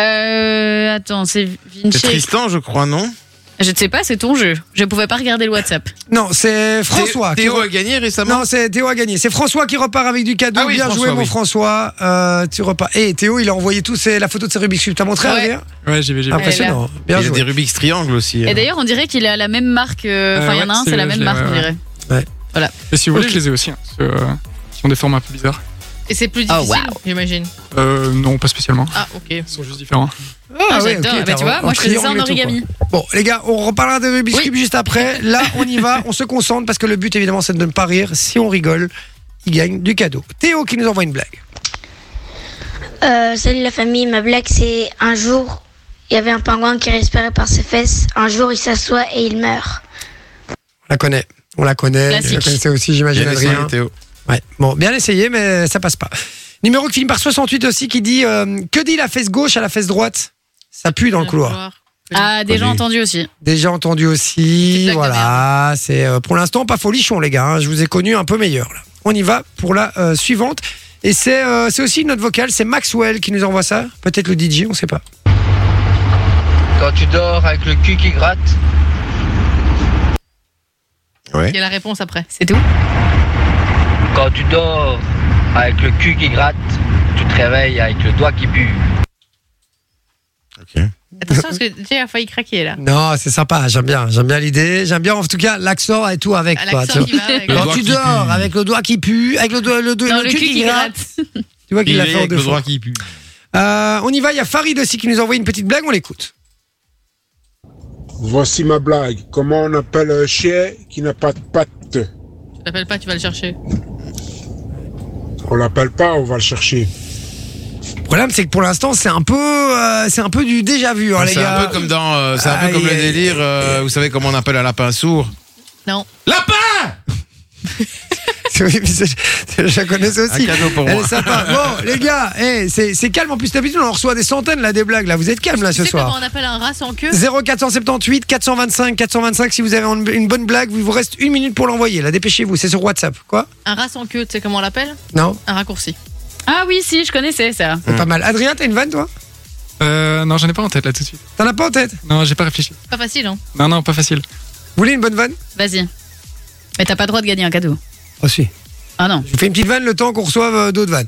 Speaker 7: Euh. Attends, c'est
Speaker 1: C'est
Speaker 7: Vinci.
Speaker 1: Tristan, je crois, non
Speaker 7: Je ne sais pas, c'est ton jeu. Je pouvais pas regarder le WhatsApp.
Speaker 3: Non, c'est François. qui
Speaker 1: Théo
Speaker 3: re-
Speaker 1: a gagné récemment.
Speaker 3: Non, c'est Théo a gagné. C'est François qui repart avec du cadeau.
Speaker 1: Ah oui,
Speaker 3: Bien
Speaker 1: François,
Speaker 3: joué, mon
Speaker 1: oui.
Speaker 3: François. Euh, tu repars. Et Théo, il a envoyé tout ses- la photo de ses Rubik's cube. T'as montré
Speaker 2: Ah
Speaker 7: Ouais.
Speaker 3: Adrien
Speaker 8: Ouais, j'y vais, j'y vais.
Speaker 3: Impressionnant.
Speaker 1: Il
Speaker 3: Bien
Speaker 1: y a des
Speaker 3: joué.
Speaker 1: Rubik's Triangle aussi. hein.
Speaker 7: Et d'ailleurs, on dirait qu'il a la même marque. euh, Enfin, il y en a
Speaker 8: ouais,
Speaker 7: un, c'est
Speaker 8: c'est-
Speaker 7: la
Speaker 8: je
Speaker 7: même
Speaker 8: l'ai,
Speaker 7: marque,
Speaker 8: ouais,
Speaker 7: on
Speaker 8: ouais.
Speaker 7: dirait.
Speaker 8: Et si vous voulez,
Speaker 3: Ok.
Speaker 8: je les ai aussi. hein, ceux, euh, qui ont des formats un peu bizarres.
Speaker 2: Et c'est plus
Speaker 7: Oh,
Speaker 2: difficile, j'imagine.
Speaker 8: Euh, non, pas spécialement.
Speaker 2: Ah, ok.
Speaker 8: Ils sont juste différents.
Speaker 7: Ah,
Speaker 3: ouais,
Speaker 7: j'adore.
Speaker 3: ok,
Speaker 7: Bah,
Speaker 3: t'as
Speaker 7: tu vois,
Speaker 3: un-
Speaker 7: moi
Speaker 3: un
Speaker 7: je faisais ça en
Speaker 3: triangle et tout, quoi.
Speaker 7: origami.
Speaker 3: Bon, les gars, on reparlera de Rubik's
Speaker 7: Oui.
Speaker 3: Cube juste après. Là, on y va, on se concentre parce que le but, évidemment, c'est de ne pas rire. Si on rigole, il gagne du cadeau. Théo qui nous envoie une blague.
Speaker 9: Euh, salut la famille, ma blague c'est un jour, il y avait un pingouin qui respirait par ses fesses, un jour il s'assoit et il meurt.
Speaker 3: On la connaît. On la connaît.
Speaker 7: Classique.
Speaker 3: Je la connaissais aussi, j'imagine, hein.
Speaker 1: Bien
Speaker 3: Adrien.
Speaker 1: essayé, Théo.
Speaker 3: Ouais. Bon, bien essayé, mais ça passe pas. Numéro qui finit par 68 aussi qui dit euh, Que dit la fesse gauche à la fesse droite Ça pue
Speaker 7: Euh,
Speaker 3: dans le couloir.
Speaker 7: Ah, déjà
Speaker 1: Connu.
Speaker 7: entendu aussi.
Speaker 3: Déjà entendu
Speaker 2: Petite
Speaker 3: aussi.
Speaker 2: blague de
Speaker 3: Voilà. C'est euh, pour l'instant pas folichon, les gars. hein. Je vous ai connu un peu meilleur. là. On y va pour la euh, suivante. Et c'est euh, c'est aussi une autre vocale. C'est Maxwell qui nous envoie ça. Peut-être le DJ, on sait pas.
Speaker 10: Quand tu dors avec le cul qui gratte,
Speaker 2: Il y a la réponse après.
Speaker 7: C'est tout
Speaker 10: quand tu dors avec le cul qui gratte, tu te réveilles avec le doigt qui pue.
Speaker 2: Attention parce que Jay a failli craquer là.
Speaker 3: Non, c'est sympa, j'aime bien, j'aime bien l'idée, j'aime bien en tout cas l'accent et tout avec.
Speaker 2: À
Speaker 3: quoi,
Speaker 2: Ah, l'accent
Speaker 3: tu vois.
Speaker 2: qui va avec.
Speaker 1: Le
Speaker 3: Quand
Speaker 1: doigt
Speaker 3: tu
Speaker 1: qui
Speaker 3: dors
Speaker 1: pue.
Speaker 3: avec le doigt qui pue, avec le doigt, le, doigt-
Speaker 7: Dans
Speaker 3: le cul qui, gratte. Tu vois qu'il
Speaker 1: Il
Speaker 3: l'a
Speaker 1: est
Speaker 3: fait en
Speaker 1: avec
Speaker 3: deux
Speaker 1: le
Speaker 3: fois.
Speaker 1: droit qui pue.
Speaker 3: Euh, on y va, il y a Farid aussi qui nous envoie une petite blague, on l'écoute.
Speaker 11: Voici ma blague. Comment on appelle un chien qui n'a pas de pattes
Speaker 2: Je l'appelle pas, tu vas le chercher.
Speaker 11: On l'appelle pas, on va le chercher.
Speaker 3: Le problème, c'est que pour l'instant, c'est un peu, euh, c'est un peu du déjà vu, hein, les
Speaker 1: Ah, C'est
Speaker 3: gars.
Speaker 1: un peu comme dans, euh, c'est un
Speaker 3: Aïe,
Speaker 1: peu comme le
Speaker 3: aïe,
Speaker 1: délire. euh, vous savez comment on appelle un lapin sourd
Speaker 2: Non.
Speaker 1: Lapin
Speaker 3: Oui, mais c'est- c'est- je la connaissais
Speaker 1: Un
Speaker 3: aussi.
Speaker 1: cadeau pour
Speaker 3: Elle
Speaker 1: moi.
Speaker 3: est sympa. Bon, les gars, eh, c'est c'est calme. En plus, d'habitude, on en reçoit des centaines là, des blagues. Là, vous êtes calme là
Speaker 2: Tu
Speaker 3: ce
Speaker 2: sais comment
Speaker 3: soir.
Speaker 2: on appelle un rat sans queue
Speaker 3: 0478 425 425. Si vous avez une une bonne blague, il vous reste une minute pour l'envoyer. Là, dépêchez-vous. C'est sur WhatsApp. Quoi
Speaker 2: Un rat sans queue, tu sais comment on l'appelle
Speaker 3: Non,
Speaker 2: Un raccourci.
Speaker 7: Ah oui, si, je connaissais ça.
Speaker 2: Ah.
Speaker 3: c'est pas mal. Adrien, t'as une vanne toi
Speaker 8: Euh, non, j'en ai pas en tête là tout de suite.
Speaker 3: T'en as pas en tête
Speaker 8: Non, j'ai pas réfléchi.
Speaker 2: Pas facile, hein
Speaker 8: Non, non, pas facile.
Speaker 3: Vous voulez une bonne vanne
Speaker 7: Vas-y. Mais t'as pas le droit de gagner un cadeau.
Speaker 3: Oh si.
Speaker 7: Ah non.
Speaker 3: Je vous fais une petite vanne le temps qu'on reçoive euh, d'autres vannes.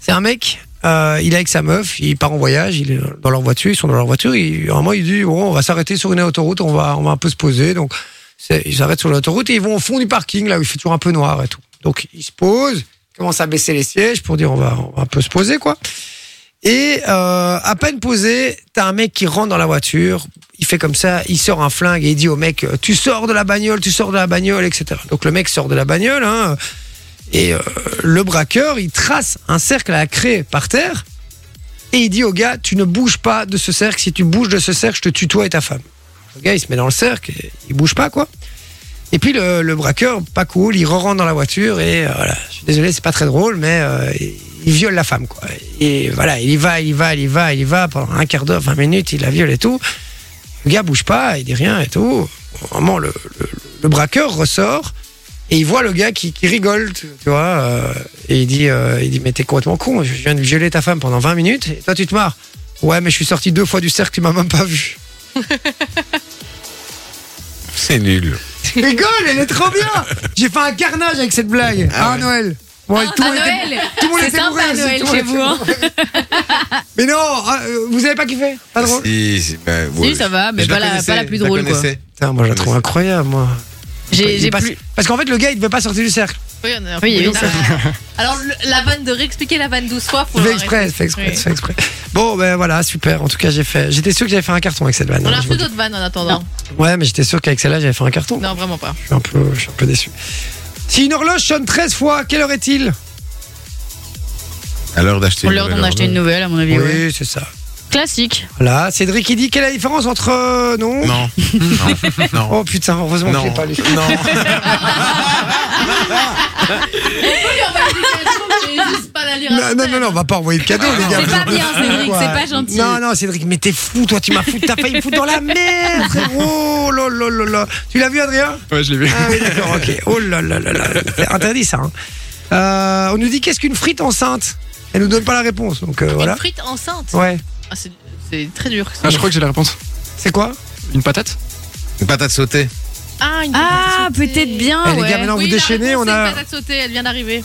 Speaker 3: C'est un mec, euh, il est avec sa meuf, il part en voyage, il est dans leur voiture, ils sont dans leur voiture, il, à un moment il dit bon, on va s'arrêter sur une autoroute, on va, on va un peu se poser. Donc c'est- ils s'arrêtent sur l'autoroute et ils vont au fond du parking, là où il fait toujours un peu noir et tout. Donc ils se posent, ils commencent à baisser les sièges pour dire on va, on va un peu se poser quoi. Et euh, à peine posé, t'as un mec qui rentre dans la voiture, il fait comme ça, il sort un flingue et il dit au mec euh, tu sors de la bagnole, tu sors de la bagnole, etc. Donc le mec sort de la bagnole, hein, et euh, le braqueur, il trace un cercle à la craie par terre et il dit au gars, tu ne bouges pas de ce cercle. Si tu bouges de ce cercle, je te tue toi et ta femme. Le gars, il se met dans le cercle, et il bouge pas quoi. Et puis le, le braqueur, pas cool, il re-rentre dans la voiture et euh, voilà. Je suis désolé, c'est pas très drôle, mais euh, il- il viole la femme quoi. Et voilà, il y va, il y va, il y va, il y va pendant un quart d'heure, 20 minutes, il la viole et tout. Le gars bouge pas, il dit rien et tout. Au moment, le- le- le braqueur ressort. Et il voit le gars qui, qui rigole, tu, tu vois, euh, et il dit, euh, il dit, mais t'es complètement con, je viens de violer ta femme pendant 20 minutes, et toi tu te marres. Ouais, mais je suis sorti deux fois du cercle, tu m'as même pas vu.
Speaker 1: C'est nul.
Speaker 3: Rigole, elle est trop bien J'ai fait un carnage avec cette blague, à Noël. Bon, et tout, le
Speaker 7: Ah, à
Speaker 3: monde était-
Speaker 7: Noël
Speaker 3: tout le monde
Speaker 7: C'est
Speaker 3: était
Speaker 7: sympa,
Speaker 3: bourré,
Speaker 7: Noël,
Speaker 3: tout le monde
Speaker 7: chez
Speaker 3: était
Speaker 7: vous, hein.
Speaker 3: bourré. Mais non, ah, euh, vous avez pas kiffé Pas drôle
Speaker 1: Si, si, bah, ouais.
Speaker 7: Si, ça va, mais
Speaker 1: Je
Speaker 7: pas la-
Speaker 1: connaissais,
Speaker 7: pas la plus
Speaker 1: je
Speaker 7: drôle, quoi.
Speaker 1: connaissais.
Speaker 3: Putain, moi je la trouve incroyable, moi.
Speaker 7: J'ai
Speaker 3: Il
Speaker 7: j'ai
Speaker 3: passe-
Speaker 7: plus.
Speaker 3: Parce qu'en fait, le gars, il devait pas sortir du cercle.
Speaker 2: Oui, on a-
Speaker 7: Oui,
Speaker 2: on a-
Speaker 7: oui, ça-
Speaker 2: Alors, le- la vanne de réexpliquer la vanne 12 fois, faut
Speaker 3: Fait
Speaker 2: l'arrêter.
Speaker 3: exprès, fait exprès,
Speaker 2: Oui.
Speaker 3: fait exprès. Bon, ben voilà, super. En tout cas, j'ai fait. J'étais sûr que j'avais fait un carton avec cette vanne.
Speaker 2: On
Speaker 3: hein,
Speaker 2: a
Speaker 3: je
Speaker 2: reçu
Speaker 3: me-
Speaker 2: d'autres vannes en attendant.
Speaker 3: Ouais, mais j'étais sûr qu'avec celle-là, j'avais fait un carton.
Speaker 2: Non, vraiment pas.
Speaker 3: Je suis un peu, je suis un peu déçu. Si une horloge sonne 13 fois, quelle heure est-il
Speaker 1: À l'heure d'acheter
Speaker 7: On leur donne d'acheter une nouvelle, à mon avis. ouais.
Speaker 3: c'est ça.
Speaker 7: Classique.
Speaker 3: Voilà, Cédric il dit quelle est la différence entre euh, non.
Speaker 1: hein. Non, non,
Speaker 3: Oh putain, heureusement
Speaker 1: non,
Speaker 3: que je l'ai
Speaker 1: non,
Speaker 3: pas lu.
Speaker 1: non.
Speaker 2: juste pas la lire
Speaker 3: Non, non, non, non, on va pas envoyer de cadeau, les gars.
Speaker 7: C'est pas bien, Cédric,
Speaker 3: Quoi
Speaker 7: c'est pas gentil.
Speaker 3: Non, non, Cédric, mais t'es fou, toi, tu m'as foutu, t'as failli me foutre dans la merde, frérot. Oh là là là là. Tu l'as vu, Adrien
Speaker 8: Ouais, je l'ai vu.
Speaker 3: Ah oui, d'accord, ok. Oh là là là là. C'est interdit, ça. hein. Euh, on nous dit qu'est-ce qu'une frite enceinte Elle nous donne pas la réponse, donc euh, voilà.
Speaker 2: Une frite enceinte
Speaker 3: Ouais.
Speaker 2: Ah, c'est- C'est très dur.
Speaker 8: Ah, je crois que j'ai la réponse.
Speaker 3: C'est quoi
Speaker 8: Une patate
Speaker 1: Une patate sautée.
Speaker 2: Ah, une
Speaker 7: Ah,
Speaker 2: patate sautée.
Speaker 7: peut-être bien.
Speaker 3: Eh, les
Speaker 7: ouais.
Speaker 3: gars, maintenant
Speaker 2: Oui,
Speaker 3: vous
Speaker 2: la
Speaker 3: déchaînez,
Speaker 2: réponse,
Speaker 3: on
Speaker 2: c'est
Speaker 3: a.
Speaker 2: Une patate sautée, elle vient d'arriver.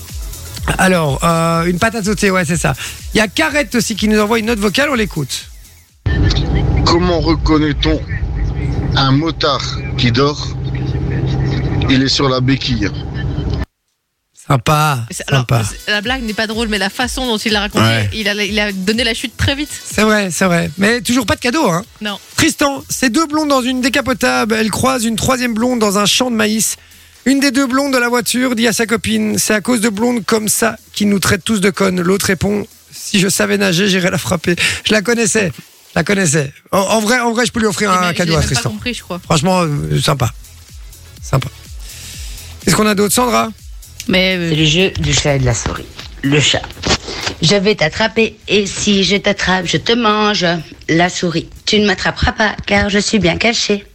Speaker 3: Alors, euh, une patate sautée, ouais, c'est ça. Il y a Carrette aussi qui nous envoie une note vocale, on l'écoute.
Speaker 11: Comment reconnaît-on un motard qui dort Il est sur la béquille.
Speaker 3: Sympa,
Speaker 2: C'est- Alors,
Speaker 3: sympa.
Speaker 2: c'est- la blague n'est pas drôle, mais la façon dont il l'a raconté,
Speaker 1: Ouais.
Speaker 2: il, a, il a donné la chute très vite.
Speaker 3: C'est vrai, c'est vrai. Mais toujours pas de cadeau, hein.
Speaker 2: Non.
Speaker 3: Tristan, ces deux blondes dans une décapotable, elles croisent une troisième blonde dans un champ de maïs. Une des deux blondes de la voiture dit à sa copine C'est à cause de blondes comme ça qu'ils nous traitent tous de connes. L'autre répond Si je savais nager, j'irais la frapper. Je la connaissais, je la connaissais. En, en vrai, en vrai, je peux lui offrir
Speaker 2: Il m'a-
Speaker 3: un
Speaker 2: il
Speaker 3: cadeau
Speaker 2: l'a
Speaker 3: à
Speaker 2: Eh ben, même pas
Speaker 3: Tristan.
Speaker 2: compris, je crois.
Speaker 3: Franchement, euh, sympa. Sympa. Qu'est-ce qu'on a d'autre, Sandra
Speaker 7: Mais euh,
Speaker 12: C'est le jeu du chat et de la souris. Le chat. Je vais t'attraper et si je t'attrape, je te mange. La souris. Tu ne m'attraperas pas car je suis bien cachée.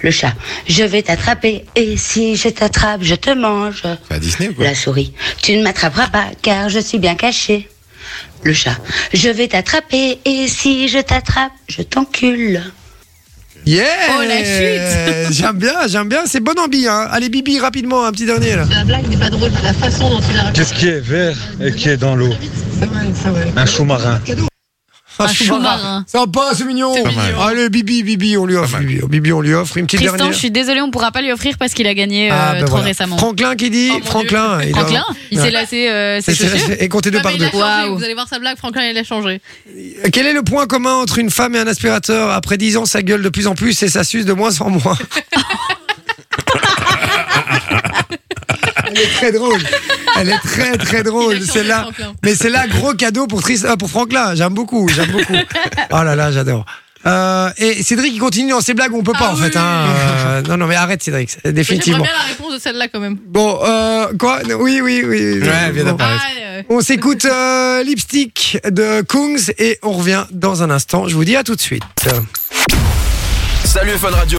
Speaker 12: Le chat. Je vais t'attraper et si je t'attrape, je te mange.
Speaker 1: C'est à Disney ou quoi
Speaker 12: La souris. Tu ne m'attraperas pas car je suis bien cachée. Le chat. Je vais t'attraper et si je t'attrape, je t'encule.
Speaker 3: Yeah
Speaker 7: Oh, la chute
Speaker 3: J'aime bien, j'aime bien, c'est bon ambi. Hein. Allez Bibi, rapidement, un petit dernier là.
Speaker 2: La blague n'est pas drôle, mais la façon dont il l'a raconté.
Speaker 11: Qu'est-ce qui est vert et qui est dans l'eau
Speaker 13: Un sous-marin.
Speaker 7: Un
Speaker 3: sous-marin. Sympa, c'est mignon.
Speaker 7: C'est Pas mignon. mal.
Speaker 3: Allez, Bibi, Bibi, on lui offre. Bibi, Bibi, on lui offre. Une petite
Speaker 7: Tristan,
Speaker 3: dernière.
Speaker 7: je suis désolée, on pourra pas lui offrir parce qu'il a gagné euh,
Speaker 3: Ah, ben
Speaker 7: trop
Speaker 3: voilà.
Speaker 7: récemment. Oh
Speaker 3: Franklin qui dit Franklin. il a-
Speaker 7: Franklin, il
Speaker 3: Ouais.
Speaker 7: s'est lassé euh, ses
Speaker 3: Il s'est
Speaker 7: chaussures.
Speaker 3: lassé- Et comptez deux
Speaker 2: Ah,
Speaker 3: par
Speaker 2: mais il
Speaker 3: deux.
Speaker 2: a changé,
Speaker 7: Waouh.
Speaker 2: Vous allez voir sa blague, Franklin, il a changé.
Speaker 3: Quel est le point commun entre une femme et un aspirateur Après 10 ans, ça gueule de plus en plus et ça suce de moins en moins. Elle est très drôle. Elle est très très drôle. C'est là,
Speaker 2: Franklin.
Speaker 3: mais c'est là gros cadeau pour Tris- euh, pour Franklin. J'aime beaucoup, j'aime beaucoup. Oh là là, j'adore. Euh, et Cédric il continue dans ses blagues, on peut pas
Speaker 2: Ah
Speaker 3: en
Speaker 2: oui.
Speaker 3: fait. hein. Euh, non non mais arrête Cédric,
Speaker 2: J'aimerais
Speaker 3: définitivement.
Speaker 2: bien la réponse de celle-là quand même.
Speaker 3: Bon euh, quoi Oui oui oui.
Speaker 1: Ouais, elle vient
Speaker 3: Bon.
Speaker 1: d'apparaître.
Speaker 2: Ah, euh,
Speaker 3: On s'écoute euh, Lipstick de Kungs et on revient dans un instant. Je vous dis à tout de suite.
Speaker 4: Salut Fun Radio.